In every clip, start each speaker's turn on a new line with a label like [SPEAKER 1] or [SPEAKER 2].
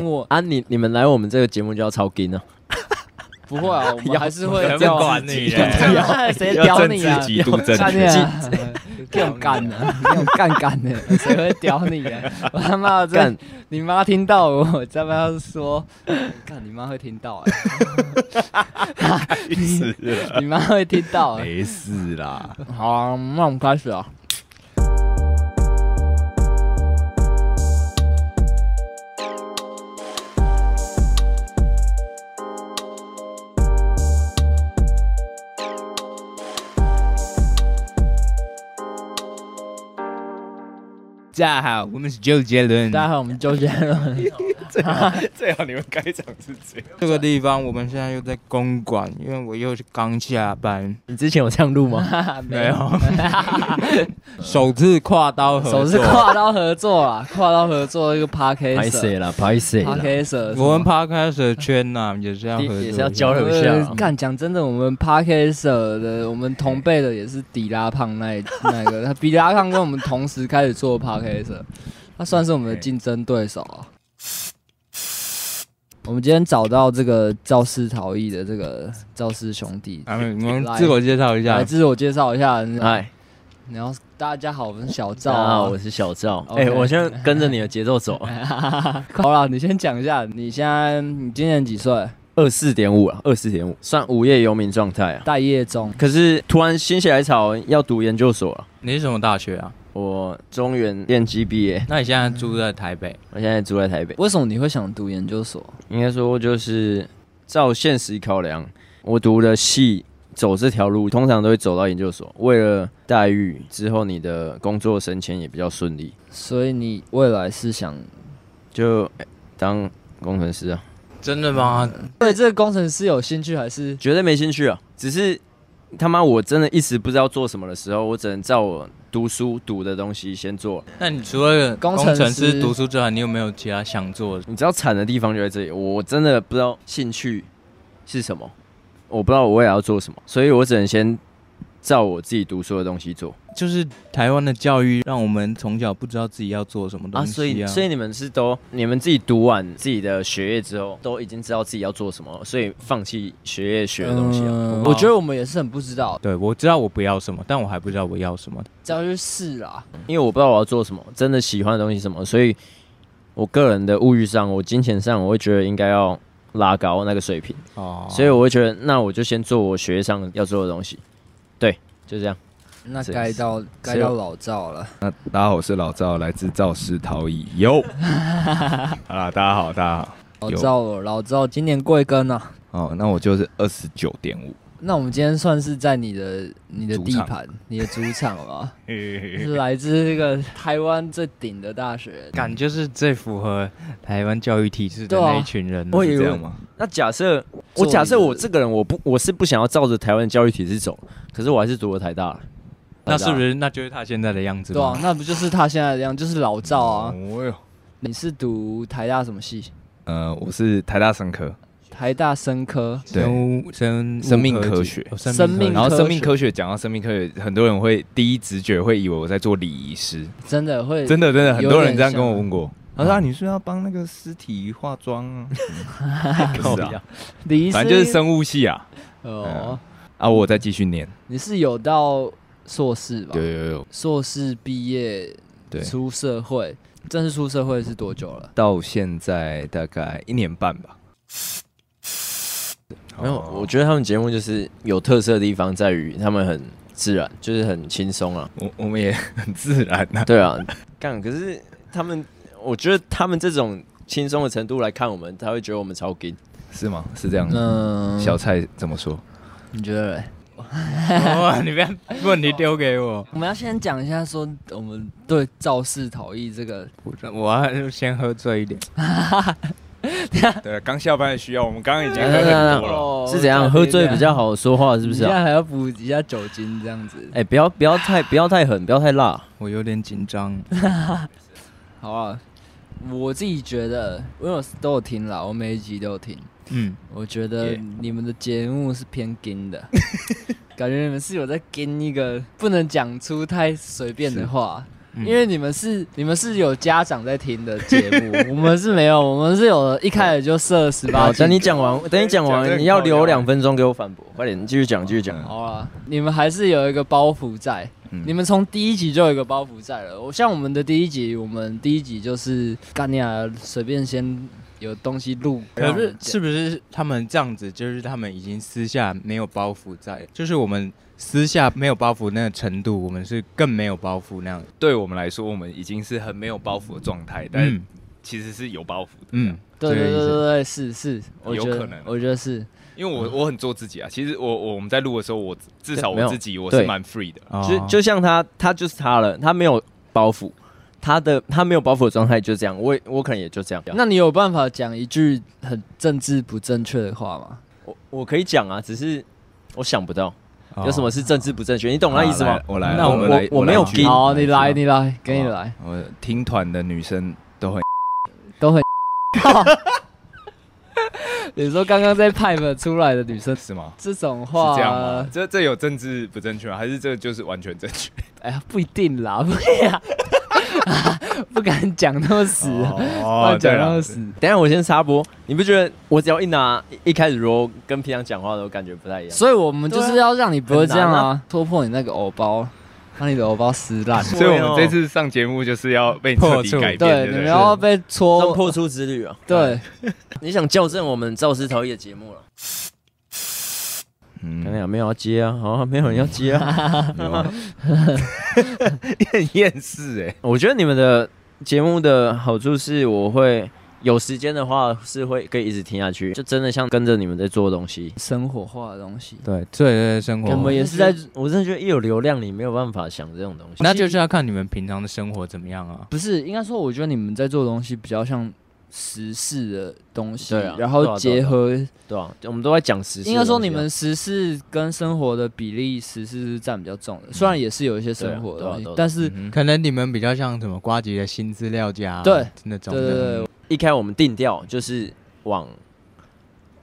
[SPEAKER 1] 我
[SPEAKER 2] 啊，你你们来我们这个节目就要超金啊！
[SPEAKER 1] 不会啊，我们还是会
[SPEAKER 3] 要
[SPEAKER 1] 这样
[SPEAKER 3] 管
[SPEAKER 1] 自
[SPEAKER 3] 你
[SPEAKER 1] 己
[SPEAKER 3] 嘞
[SPEAKER 1] 这样谁屌
[SPEAKER 3] 要政
[SPEAKER 1] 你
[SPEAKER 3] 治
[SPEAKER 1] 啊？
[SPEAKER 3] 极度正
[SPEAKER 1] 干
[SPEAKER 3] 确
[SPEAKER 1] 你，啊！这种干的，这种干干的，谁会屌你啊？ 我他妈
[SPEAKER 2] 干
[SPEAKER 1] 这，你妈听到我，他妈要说，干你妈会听到欸，
[SPEAKER 3] 没事 了，
[SPEAKER 1] 你妈会听到欸。
[SPEAKER 3] 没事啦。
[SPEAKER 1] 好啊，那我们开始啊。
[SPEAKER 3] 大家好，我们是周杰
[SPEAKER 4] 嗯
[SPEAKER 3] 伦
[SPEAKER 1] 大家好，我们周杰伦。
[SPEAKER 3] 最好你们开场是这样。
[SPEAKER 4] 这个地方，我们现在又在公馆，因为我又是刚下班，
[SPEAKER 2] 你之前有这样录吗？
[SPEAKER 4] 没有，首次跨刀合
[SPEAKER 1] 首
[SPEAKER 4] 作，
[SPEAKER 1] 次跨刀合作啊，跨刀合作一个 p a r k
[SPEAKER 2] 拍
[SPEAKER 1] a s
[SPEAKER 2] 谁啦？拍谁
[SPEAKER 1] p a
[SPEAKER 2] 啦
[SPEAKER 1] r？k a s
[SPEAKER 4] 我们 podcast 圈呐、也是要合作，
[SPEAKER 2] 也是要交流一
[SPEAKER 1] 呃
[SPEAKER 2] 下，
[SPEAKER 1] 干讲真的，我们 p a r k a s 的，我们同辈的也是迪拉胖那一那个，他迪拉胖跟我们同时开始做 p a r k a s 他算是我们的竞争对手啊。我们今天找到这个肇事逃逸的这个肇事兄弟，
[SPEAKER 4] 啊，我们自我介绍一下
[SPEAKER 1] 来，自我介绍一下。
[SPEAKER 2] 哎，
[SPEAKER 1] 你要大家好，我们是小赵
[SPEAKER 2] 大家好，
[SPEAKER 1] 啊
[SPEAKER 2] 我。是小赵。
[SPEAKER 1] OK
[SPEAKER 2] 哎，我现在跟着你的节奏走，啊
[SPEAKER 1] 好了，你先讲一下，你现在你今年几岁？
[SPEAKER 2] 二四点五啊，二四点五，算无业游民状态啊。
[SPEAKER 1] 待业中。
[SPEAKER 2] 可是突然心血来潮要读研究所了，
[SPEAKER 4] 你是什么大学啊？
[SPEAKER 2] 我中原电机毕业，
[SPEAKER 4] 那你现在住在台北？
[SPEAKER 2] 我现在住在台北。
[SPEAKER 1] 为什么你会想读研究所？
[SPEAKER 2] 应该说就是照现实考量，我读的系走这条路，通常都会走到研究所。为了待遇，之后你的工作升迁也比较顺利，
[SPEAKER 1] 所以你未来是想
[SPEAKER 2] 就哎当工程师啊，
[SPEAKER 4] 真的吗？
[SPEAKER 1] 对这个工程师有兴趣，还是
[SPEAKER 2] 绝对没兴趣啊。只是他妈我真的一时不知道做什么的时候，我只能照我读书读的东西先做。
[SPEAKER 4] 那你除了
[SPEAKER 1] 工
[SPEAKER 4] 工
[SPEAKER 1] 程师
[SPEAKER 4] 程师读书之外，你有没有其他想做的？
[SPEAKER 2] 你知道惨的地方就在这里，我真的不知道兴趣是什么，我不知道我未来要做什么，所以我只能先照我自己读书的东西做。
[SPEAKER 4] 就是台湾的教育让我们从小不知道自己要做什么东
[SPEAKER 2] 啊，
[SPEAKER 4] 西啊。
[SPEAKER 2] 所以所以你们是都你们自己读完自己的学业之后，都已经知道自己要做什么了，所以放弃学业学的东西啊。
[SPEAKER 1] 嗯我觉得我们也是很不知道，
[SPEAKER 4] 对我知道我不要什么，但我还不知道我要什么。
[SPEAKER 1] 只要去试啦。
[SPEAKER 2] 因为我不知道我要做什么，真的喜欢的东西是什么，所以我个人的物欲上，我金钱上，我会觉得应该要拉高那个水平，
[SPEAKER 4] 哦，
[SPEAKER 2] 所以我会觉得那我就先做我学业上要做的东西。对，就这样。
[SPEAKER 1] 那
[SPEAKER 2] 是
[SPEAKER 1] 该到该到老赵了，
[SPEAKER 3] 大家好，我是老赵，来自肇事逃逸。有，好啦，大家好，大家好。
[SPEAKER 1] 老
[SPEAKER 3] 有
[SPEAKER 1] 赵了老赵今年贵庚啊？
[SPEAKER 3] 哦，那我就是二十九点五。
[SPEAKER 1] 那我们今天算是在你的你的
[SPEAKER 3] 主
[SPEAKER 1] 地
[SPEAKER 3] 场
[SPEAKER 1] 盘，你的主场 吧，是来自这个台湾最顶的大学。
[SPEAKER 4] 感就是最符合台湾教育体制的
[SPEAKER 1] 对啊
[SPEAKER 4] 那一群人了。
[SPEAKER 2] 我以
[SPEAKER 3] 是
[SPEAKER 2] 为
[SPEAKER 3] 这样吗？
[SPEAKER 2] 那假设
[SPEAKER 1] 做
[SPEAKER 2] 我假设
[SPEAKER 1] 你的
[SPEAKER 2] 我这个人，我不我是不想要照着台湾教育体制走，可是我还是读了台大了。
[SPEAKER 4] 那
[SPEAKER 2] 台
[SPEAKER 4] 是
[SPEAKER 2] 大
[SPEAKER 4] 不是那就是他现在的样子？
[SPEAKER 1] 对啊，，那不就是他现在的样，就是老赵啊。
[SPEAKER 3] 哦哟，
[SPEAKER 1] 你是读台大什么系？
[SPEAKER 3] 呃，我是台大生科，
[SPEAKER 1] 台大生科。
[SPEAKER 3] 对
[SPEAKER 4] 生物生物
[SPEAKER 3] 生命科
[SPEAKER 4] 科
[SPEAKER 3] 学
[SPEAKER 4] 哦生
[SPEAKER 1] 生
[SPEAKER 4] 科
[SPEAKER 1] 命
[SPEAKER 4] 学
[SPEAKER 3] 然后
[SPEAKER 1] 科
[SPEAKER 3] 生命
[SPEAKER 1] 学
[SPEAKER 3] 科学讲到生命科学，很多人会第一直觉会以为我在做礼仪师，
[SPEAKER 1] 真的会
[SPEAKER 3] 真的真的很多人这样
[SPEAKER 1] 有点像
[SPEAKER 3] 跟我问过。他说、啊、你是要帮那个尸体化妆啊？ 不是啊，
[SPEAKER 1] 离
[SPEAKER 3] 反正就是生物系啊。
[SPEAKER 1] 哦，
[SPEAKER 3] 啊，我再继续念。
[SPEAKER 1] 你是有到硕士吧？
[SPEAKER 3] 有有有，
[SPEAKER 1] 硕士毕业
[SPEAKER 3] 对，
[SPEAKER 1] 出社会，正式出社会是多久了？
[SPEAKER 3] 到现在大概一年半吧。哦
[SPEAKER 2] 没有，我觉得他们节目就是有特色的地方在于他们很自然，就是很轻松啊。
[SPEAKER 3] 我我们也很自然呐、
[SPEAKER 2] 对啊，干，可是他们，我觉得他们这种轻松的程度来看我们，他会觉得我们超劲。
[SPEAKER 3] 是吗？是这样的。
[SPEAKER 1] 嗯，
[SPEAKER 3] 小蔡怎么说？
[SPEAKER 1] 你觉得嘞？
[SPEAKER 4] 哇，你不要问题丢给我，
[SPEAKER 1] 我们要先讲一下说我们对肇事逃逸这个，
[SPEAKER 4] 我要先喝醉一点。
[SPEAKER 3] 对，刚下班的需要，我们刚刚已经
[SPEAKER 2] 喝很多
[SPEAKER 1] 了哦
[SPEAKER 2] 是怎样？喝醉比较好说话是不
[SPEAKER 1] 你
[SPEAKER 2] 是
[SPEAKER 1] 现
[SPEAKER 2] 啊？
[SPEAKER 1] 在还要补一下酒精这样子。
[SPEAKER 2] 哎、不要不要太不要太狠，不要太 辣。
[SPEAKER 4] 我有点紧张，
[SPEAKER 1] 好啊，我自己觉得，因为我都有听啦，我每一集都有听。
[SPEAKER 4] 嗯，
[SPEAKER 1] 我觉得
[SPEAKER 3] Yeah
[SPEAKER 1] 你们的节目是偏跟的， 感觉你们是有在跟一个不能讲出太随便的话，
[SPEAKER 4] 嗯
[SPEAKER 1] 因为你们是你们是有家长在听的节目，我们是没有，我们是有一开始就设十八
[SPEAKER 2] 好，
[SPEAKER 1] 禁
[SPEAKER 2] 等。你讲 完，等你讲
[SPEAKER 3] 讲这
[SPEAKER 2] 完，
[SPEAKER 3] 个哦
[SPEAKER 2] 你要
[SPEAKER 3] 靠腰
[SPEAKER 2] 留两分钟给我反驳，快点，你继续讲，继续讲。
[SPEAKER 1] 好了，你们还是有一个包袱在，
[SPEAKER 3] 嗯
[SPEAKER 1] 你们从第一集就有一个包袱在了。我像我们的第一集，我们第一集就是干你啊，随便先有东西录，
[SPEAKER 4] 可
[SPEAKER 1] 让我
[SPEAKER 4] 是
[SPEAKER 1] 们讲
[SPEAKER 4] 是不是他们这样子，就是他们已经私下没有包袱在，就是我们私下没有包袱那个程度，我们是更没有包袱那样。
[SPEAKER 3] 对我们来说，我们已经是很没有包袱的状态，但
[SPEAKER 4] 嗯
[SPEAKER 3] 其实是有包袱的。
[SPEAKER 4] 嗯，
[SPEAKER 1] 对
[SPEAKER 4] 这个
[SPEAKER 1] 对
[SPEAKER 4] 意
[SPEAKER 1] 对
[SPEAKER 4] 思
[SPEAKER 1] 对对，是是，我
[SPEAKER 3] 有
[SPEAKER 1] 觉得
[SPEAKER 3] 可能
[SPEAKER 1] 我觉得是。
[SPEAKER 3] 因为我我很做自己啊。其实我我我们在录的时候，我至少
[SPEAKER 2] 没有
[SPEAKER 3] 我自己我
[SPEAKER 2] 对
[SPEAKER 3] 是蛮 free 的。
[SPEAKER 4] 哦
[SPEAKER 2] 就就像他，他就是他了，他没有包袱，他的他没有包袱的状态就这样，我也我可能也就这样。那
[SPEAKER 1] 那你有办法讲一句很政治不正确的话吗？
[SPEAKER 2] 我我可以讲啊，只是我想不到有什么是政治不正确，你懂那
[SPEAKER 3] 哦好
[SPEAKER 2] 意思吗
[SPEAKER 3] 来？我来，
[SPEAKER 2] 那我
[SPEAKER 3] 们来
[SPEAKER 2] 我我没有
[SPEAKER 3] 来举
[SPEAKER 2] 逼
[SPEAKER 1] 好，
[SPEAKER 3] 例
[SPEAKER 1] 你
[SPEAKER 3] 子
[SPEAKER 1] 来，你来，给你
[SPEAKER 3] 好不好
[SPEAKER 1] 来，
[SPEAKER 3] 我听团的女生都很啊
[SPEAKER 1] 都很。 你说刚刚在 Pipe 出来的女生
[SPEAKER 3] 是吗？
[SPEAKER 1] 这种
[SPEAKER 3] 是
[SPEAKER 1] 话
[SPEAKER 3] 这样吗？这这有政治不正确吗？还是这就是完全正确？
[SPEAKER 1] 哎呀，不一定啦， 不一样，不敢讲那么死，啊不
[SPEAKER 3] 哦
[SPEAKER 1] 敢讲那
[SPEAKER 3] 了
[SPEAKER 1] 么，死。
[SPEAKER 2] 等一下我先插播，你不觉得我只要一拿一一开始 roll 跟平常讲话都感觉不太一样？
[SPEAKER 1] 所以我们就是要让你不会这样
[SPEAKER 2] 很难
[SPEAKER 1] 啊，戳破你那个藕包，把你的藕包撕烂。
[SPEAKER 3] 所以我们这次上节目就是要被彻底改变，
[SPEAKER 1] 对，
[SPEAKER 3] 对
[SPEAKER 1] 你
[SPEAKER 3] 不
[SPEAKER 1] 们
[SPEAKER 3] 对，
[SPEAKER 1] 要被
[SPEAKER 2] 撞
[SPEAKER 1] 戳，
[SPEAKER 2] 破出之旅啊！
[SPEAKER 1] 对，
[SPEAKER 2] 你想校正我们肇事逃逸的节目了？刚
[SPEAKER 3] 嗯，
[SPEAKER 2] 才没有要接啊，好，没有人要接 啊。
[SPEAKER 3] 你很厌世哎，
[SPEAKER 2] 我觉得你们的节目的好处是，我会有时间的话是会可以一直听下去，就真的像跟着你们在做东西。
[SPEAKER 1] 生活化的东西。
[SPEAKER 4] 对，这对生活，
[SPEAKER 1] 哦
[SPEAKER 2] 我们也是在，我真的觉得一有流量，你没有办法想这种东西。
[SPEAKER 4] 那就是要看你们平常的生活怎么样啊。
[SPEAKER 1] 不是，应该说，我觉得你们在做的东西比较像时事的东西，
[SPEAKER 2] 对啊对
[SPEAKER 1] 然后
[SPEAKER 2] 啊
[SPEAKER 1] 结合，
[SPEAKER 2] 对啊，我们都在讲时事的东西啊。
[SPEAKER 1] 应该说你们时事跟生活的比例，时事是占比较重的。虽然也是有一些生活的
[SPEAKER 2] 嗯对啊
[SPEAKER 1] 东西，
[SPEAKER 2] 对啊对啊
[SPEAKER 1] 但是、
[SPEAKER 3] 嗯
[SPEAKER 4] 可能你们比较像什么瓜吉的新资料夹啊，
[SPEAKER 1] 对
[SPEAKER 4] 那种
[SPEAKER 1] 对
[SPEAKER 4] 的，
[SPEAKER 1] 对对，
[SPEAKER 2] 一开始我们定调就是往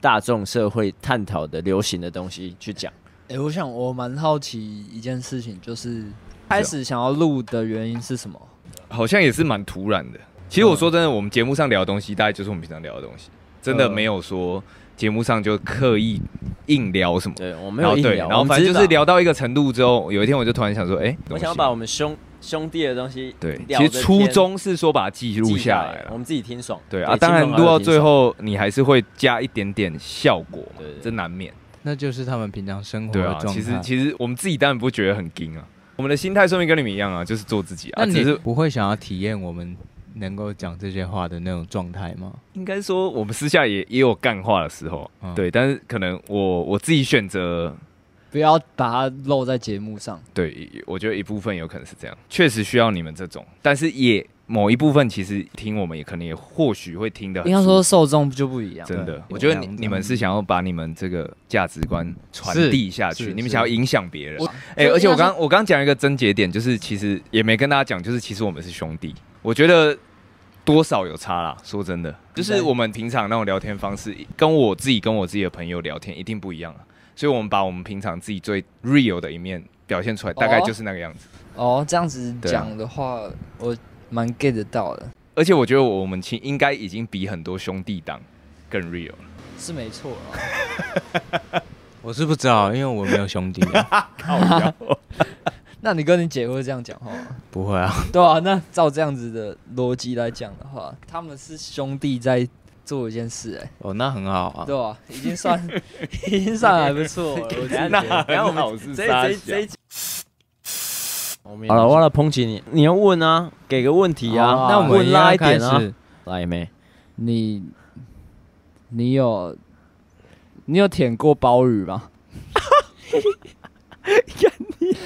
[SPEAKER 2] 大众社会探讨的流行的东西去讲。
[SPEAKER 1] 哎、我想我蛮好奇一件事情，就是
[SPEAKER 2] 啊
[SPEAKER 1] 开始想要录的原因是什么？
[SPEAKER 3] 好像也是蛮突然的。其实我说真的，我们节目上聊的东西，大概就是我们平常聊的东西，真的
[SPEAKER 1] 嗯
[SPEAKER 3] 没有说节目上就刻意硬聊什么。
[SPEAKER 2] 哦对，我没
[SPEAKER 3] 然
[SPEAKER 2] 有
[SPEAKER 3] 后
[SPEAKER 2] 硬
[SPEAKER 3] 对，
[SPEAKER 2] 聊，
[SPEAKER 3] 然后
[SPEAKER 2] 我们
[SPEAKER 3] 反
[SPEAKER 2] 只
[SPEAKER 3] 正就是
[SPEAKER 2] 把。
[SPEAKER 3] 聊到一个程度之后，有一天我就突然想说，哎，
[SPEAKER 2] 我
[SPEAKER 3] 东西
[SPEAKER 2] 想要把我们兄兄弟的东西
[SPEAKER 3] 对，
[SPEAKER 2] 聊
[SPEAKER 3] 其
[SPEAKER 2] 得
[SPEAKER 3] 实初
[SPEAKER 2] 天
[SPEAKER 3] 衷是说把它记录
[SPEAKER 2] 记
[SPEAKER 3] 下来
[SPEAKER 2] 来，我
[SPEAKER 3] 了。
[SPEAKER 2] 们自己听爽。
[SPEAKER 3] 对啊，当然
[SPEAKER 2] 听爽
[SPEAKER 3] 录到
[SPEAKER 2] 还是听
[SPEAKER 3] 最
[SPEAKER 2] 爽
[SPEAKER 3] 后，你还是会加一点点效果嘛
[SPEAKER 2] 对对，对
[SPEAKER 3] 这难免。
[SPEAKER 4] 那就是他们平常生活
[SPEAKER 3] 对
[SPEAKER 4] 的
[SPEAKER 3] 啊
[SPEAKER 4] 状，态。
[SPEAKER 3] 其实其实我们自己当然不觉得很惊啊，我们的心态说明跟你们一样啊，就是做自己啊。
[SPEAKER 4] 那
[SPEAKER 3] 只
[SPEAKER 4] 你
[SPEAKER 3] 是
[SPEAKER 4] 不会想要体验我们能够讲这些话的那种状态吗？
[SPEAKER 3] 应该说，我们私下也也有干话的时候，
[SPEAKER 4] 嗯
[SPEAKER 3] 对，但是可能我我自己选择，
[SPEAKER 1] 不要把它露在节目上。
[SPEAKER 3] 对，我觉得一部分有可能是这样，确实需要你们这种，但是也某一部分其实听我们也可能也或许会听
[SPEAKER 2] 啊
[SPEAKER 3] 的，
[SPEAKER 1] 应该说啊受众就不一样。
[SPEAKER 3] 真的
[SPEAKER 4] 对，
[SPEAKER 3] 我觉得你
[SPEAKER 4] 有两种
[SPEAKER 3] 你们是想要把你们这个价值观传递下
[SPEAKER 4] 是
[SPEAKER 3] 去，
[SPEAKER 4] 是
[SPEAKER 3] 你们想要影响别
[SPEAKER 2] 啊
[SPEAKER 3] 人
[SPEAKER 1] 我。
[SPEAKER 3] 哎、
[SPEAKER 1] 就
[SPEAKER 3] 而且我
[SPEAKER 1] 应该
[SPEAKER 3] 刚我刚讲一个症结点，就是其实也没跟大家讲，就是其实我们是兄弟，我觉得多少有差啦。说真的，就是我们平常那种聊天方式，跟我自己跟我自己的朋友聊天一定不一样啊。所以我们把我们平常自己最 real 的一面表现出来，大概就是那个样子。
[SPEAKER 1] 哦，这样子
[SPEAKER 3] 对啊
[SPEAKER 1] 讲的话，我蛮 get 得到的，
[SPEAKER 3] 而且我觉得我们其应该已经比很多兄弟党更 real 了。
[SPEAKER 1] 是没错啊。
[SPEAKER 4] 我是不知道，因为我没有兄弟、 啊，
[SPEAKER 1] 那你跟你姐会这样讲话吗？
[SPEAKER 4] 不会啊。
[SPEAKER 1] 对啊，那照这样子的逻辑来讲的话，他们是兄弟在做一件事、哎、
[SPEAKER 4] 哦，那很好啊。
[SPEAKER 1] 对吧、已经算 已经算还不错了，我自己觉得。
[SPEAKER 2] 然后我
[SPEAKER 3] 好
[SPEAKER 2] 们
[SPEAKER 3] 是
[SPEAKER 2] 这
[SPEAKER 3] 傻
[SPEAKER 2] 这
[SPEAKER 3] 小
[SPEAKER 2] 这一集，啊好了，我要来抨击你，你要问啊，给个问题
[SPEAKER 1] 好
[SPEAKER 2] 啊
[SPEAKER 1] 啊，
[SPEAKER 4] 那我们
[SPEAKER 2] 问
[SPEAKER 4] 应
[SPEAKER 2] 拉
[SPEAKER 4] 该
[SPEAKER 2] 一
[SPEAKER 4] 开
[SPEAKER 2] 点啊，
[SPEAKER 4] 始，
[SPEAKER 2] 来没？
[SPEAKER 1] 你你有你有舔过鲍鱼吗？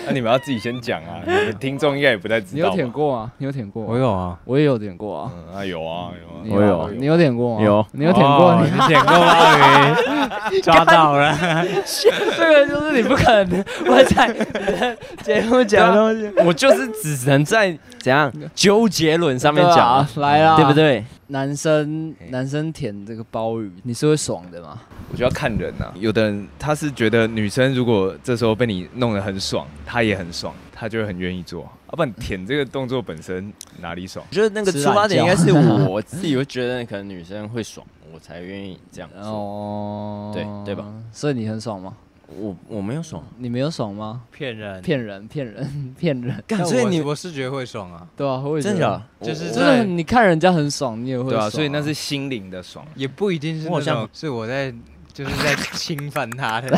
[SPEAKER 3] 那、啊你们要自己先讲啊，你们听众应该也不太知
[SPEAKER 1] 你
[SPEAKER 3] 道吧。
[SPEAKER 1] 有舔过吗？你有舔过吗？
[SPEAKER 4] 我有啊，
[SPEAKER 1] 我也有舔过啊。
[SPEAKER 3] 嗯啊，有啊，有啊，
[SPEAKER 1] 你
[SPEAKER 2] 我有
[SPEAKER 1] 啊你有舔过吗？
[SPEAKER 2] 有
[SPEAKER 1] 你有舔过？
[SPEAKER 4] 哦
[SPEAKER 1] 你
[SPEAKER 4] 你舔过吗？你抓到了。
[SPEAKER 1] 这个就是你不可能 会在节目讲的
[SPEAKER 2] 对啊我就是只能在怎样纠结论上
[SPEAKER 1] 上面
[SPEAKER 2] 面讲
[SPEAKER 1] 讲
[SPEAKER 2] 啊，，
[SPEAKER 1] 来啦，
[SPEAKER 2] 对不？对？
[SPEAKER 1] 男生男生舔这个鲍鱼，你是会爽的吗？
[SPEAKER 3] 我就要看啊人呐、有的人他是觉得女生如果这时候被你弄得很爽，他也很爽；他就会很愿意做。啊要不然舔这个动作本身哪里爽？
[SPEAKER 2] 我觉得那个出发点应该是我自己会觉得，可能女生会爽，我才愿意这样做。
[SPEAKER 1] 哦，
[SPEAKER 2] 对对吧？
[SPEAKER 1] 所以你很爽吗？
[SPEAKER 2] 我我没有爽，
[SPEAKER 1] 你没有爽吗？
[SPEAKER 4] 骗人，
[SPEAKER 1] 骗人，骗人， 骗人，
[SPEAKER 4] 但
[SPEAKER 2] 干所以
[SPEAKER 4] 我
[SPEAKER 2] 你
[SPEAKER 4] 我是觉得会爽啊，
[SPEAKER 1] 对啊，我也觉
[SPEAKER 2] 真
[SPEAKER 1] 得
[SPEAKER 2] 的假的？
[SPEAKER 4] 就是
[SPEAKER 1] 真
[SPEAKER 4] 在
[SPEAKER 1] 的，你看人家很爽，你也会
[SPEAKER 3] 对啊，
[SPEAKER 1] 爽
[SPEAKER 3] 所以那是心灵的爽。
[SPEAKER 4] 也不一定是
[SPEAKER 2] 我
[SPEAKER 4] 那
[SPEAKER 2] 好像
[SPEAKER 4] 种是我在就是在侵犯他的，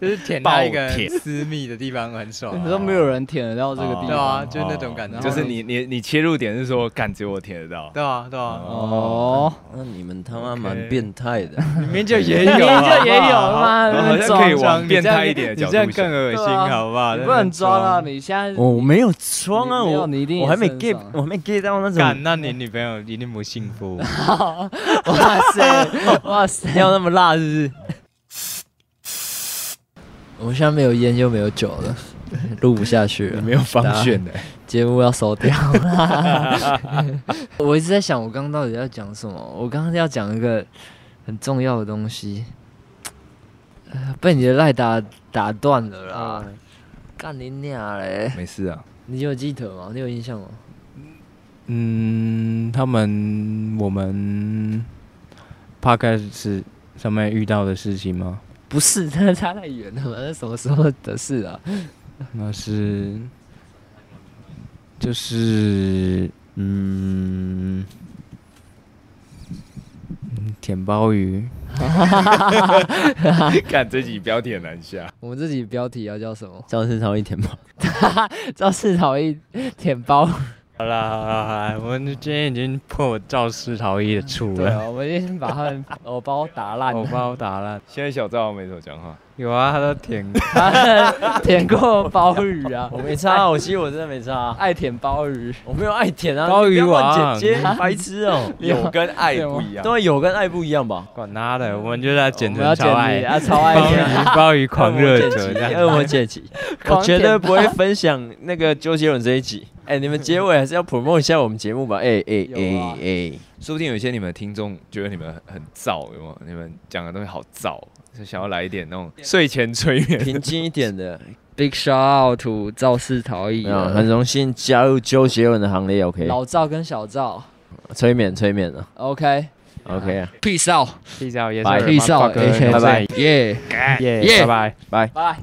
[SPEAKER 4] 就是舔他一个
[SPEAKER 3] 暴舔
[SPEAKER 4] 私密的地方很爽啊、
[SPEAKER 1] 你都没有人舔得到这个地
[SPEAKER 3] 哦
[SPEAKER 4] 对
[SPEAKER 1] 方。
[SPEAKER 4] 啊，就是那种感觉，
[SPEAKER 1] 然后
[SPEAKER 3] 就是你你你切入点是说，干只有我舔 得到，
[SPEAKER 4] 对啊对啊，
[SPEAKER 1] 哦，
[SPEAKER 2] 那你们他妈
[SPEAKER 3] OK
[SPEAKER 2] 蛮变态的。
[SPEAKER 4] 里面就也
[SPEAKER 1] 明
[SPEAKER 4] 有
[SPEAKER 1] 明
[SPEAKER 4] 啊，
[SPEAKER 1] 就 也有
[SPEAKER 4] 好不好
[SPEAKER 1] 嘛，
[SPEAKER 3] 好
[SPEAKER 1] 那
[SPEAKER 3] 像
[SPEAKER 1] 种
[SPEAKER 3] 可以往
[SPEAKER 4] 你
[SPEAKER 3] 变
[SPEAKER 4] 这样
[SPEAKER 3] 态一点的
[SPEAKER 4] 你
[SPEAKER 3] 角
[SPEAKER 4] 这样
[SPEAKER 3] 度
[SPEAKER 4] 更
[SPEAKER 3] 想。
[SPEAKER 4] 恶心，
[SPEAKER 1] 对啊
[SPEAKER 4] 好不好？
[SPEAKER 1] 你不能抓
[SPEAKER 4] 啊
[SPEAKER 1] 啊！！你现在
[SPEAKER 2] 我没有装啊，
[SPEAKER 1] 你没有
[SPEAKER 2] 我
[SPEAKER 1] 你一定也
[SPEAKER 2] 我还没
[SPEAKER 1] 是很
[SPEAKER 2] get，
[SPEAKER 1] 爽
[SPEAKER 2] 我还没 get 到那
[SPEAKER 4] 干，
[SPEAKER 2] 种
[SPEAKER 4] 那你女朋友一定不幸福。
[SPEAKER 1] 哇 塞哇塞，
[SPEAKER 2] 要那么辣，是不是？
[SPEAKER 1] 我们现在没有烟又没有酒了，录不下去了，
[SPEAKER 3] 没有防选的，
[SPEAKER 1] 节目要收掉了。 我一直在想，我刚刚到底要讲什么？我刚刚要讲一个很重要的东西，呃被你的赖打打断了啦！干你娘嘞！
[SPEAKER 3] 没事啊。
[SPEAKER 1] 你有记得吗？你有印象吗？
[SPEAKER 4] 嗯，他们我们 podcast 上面遇到的事情吗？
[SPEAKER 1] 不是， 那差太远了嘛，那什么时候的事啊？
[SPEAKER 4] 那是，就是嗯，嗯舔鲍鱼，
[SPEAKER 3] 干这集标题难下，
[SPEAKER 1] 我们自己标题啊要叫什么？
[SPEAKER 2] 赵世超一舔吧。
[SPEAKER 1] 肇事逃逸舔包。
[SPEAKER 4] 好啦好啦好啦，我们今天已经破肇事逃逸的处
[SPEAKER 1] 对
[SPEAKER 4] 了，
[SPEAKER 1] 啊，我们已经把他们偶包打烂
[SPEAKER 4] 我
[SPEAKER 1] 了，
[SPEAKER 4] 把我打烂。
[SPEAKER 3] 现在小赵没怎么讲话，
[SPEAKER 4] 有啊，他都舔过。
[SPEAKER 1] 舔过鲍鱼 啊，
[SPEAKER 2] 我没差，我其实我真的没差，啊
[SPEAKER 1] 爱舔鲍鱼。
[SPEAKER 2] 我没有爱舔啊。
[SPEAKER 4] 鲍鱼王
[SPEAKER 2] 王姐姐，白痴哦。
[SPEAKER 3] 有跟爱不一样。
[SPEAKER 2] 对，有啊跟爱不一样吧？
[SPEAKER 4] 管他的，我们就在剪
[SPEAKER 1] 我们要
[SPEAKER 4] 成
[SPEAKER 1] 剪
[SPEAKER 4] 超
[SPEAKER 1] 你
[SPEAKER 4] 爱
[SPEAKER 1] 啊，超爱
[SPEAKER 4] 鲍
[SPEAKER 1] 舔。
[SPEAKER 4] 鱼鲍鱼狂热者这样。
[SPEAKER 2] 恶魔解集，我
[SPEAKER 1] 狂
[SPEAKER 2] 绝
[SPEAKER 1] 舔
[SPEAKER 2] 对不会分享那个周杰伦这一集。哎，你们结尾还是要 promote 一下我们节目吧。哎哎
[SPEAKER 1] 有啊
[SPEAKER 2] 哎哎，
[SPEAKER 3] 说不定有一些你们的听众觉得你们很燥，有没有？你们讲的东西好燥，就想要来一点那种睡前催眠。
[SPEAKER 2] 平静一点的。
[SPEAKER 1] Big shout out to 肇事逃逸
[SPEAKER 2] 没有，很荣幸加入周杰伦的行列。OK，
[SPEAKER 1] 啊老赵跟小赵
[SPEAKER 2] 催眠催眠了。
[SPEAKER 1] ，OK，peace
[SPEAKER 2] OK，啊
[SPEAKER 1] out，peace
[SPEAKER 4] Peace out，yes
[SPEAKER 2] Bye
[SPEAKER 4] sir，motherfucker，
[SPEAKER 1] out，
[SPEAKER 2] 拜拜
[SPEAKER 1] 耶，
[SPEAKER 4] 耶，
[SPEAKER 1] Yeah
[SPEAKER 4] 拜拜。
[SPEAKER 1] 拜。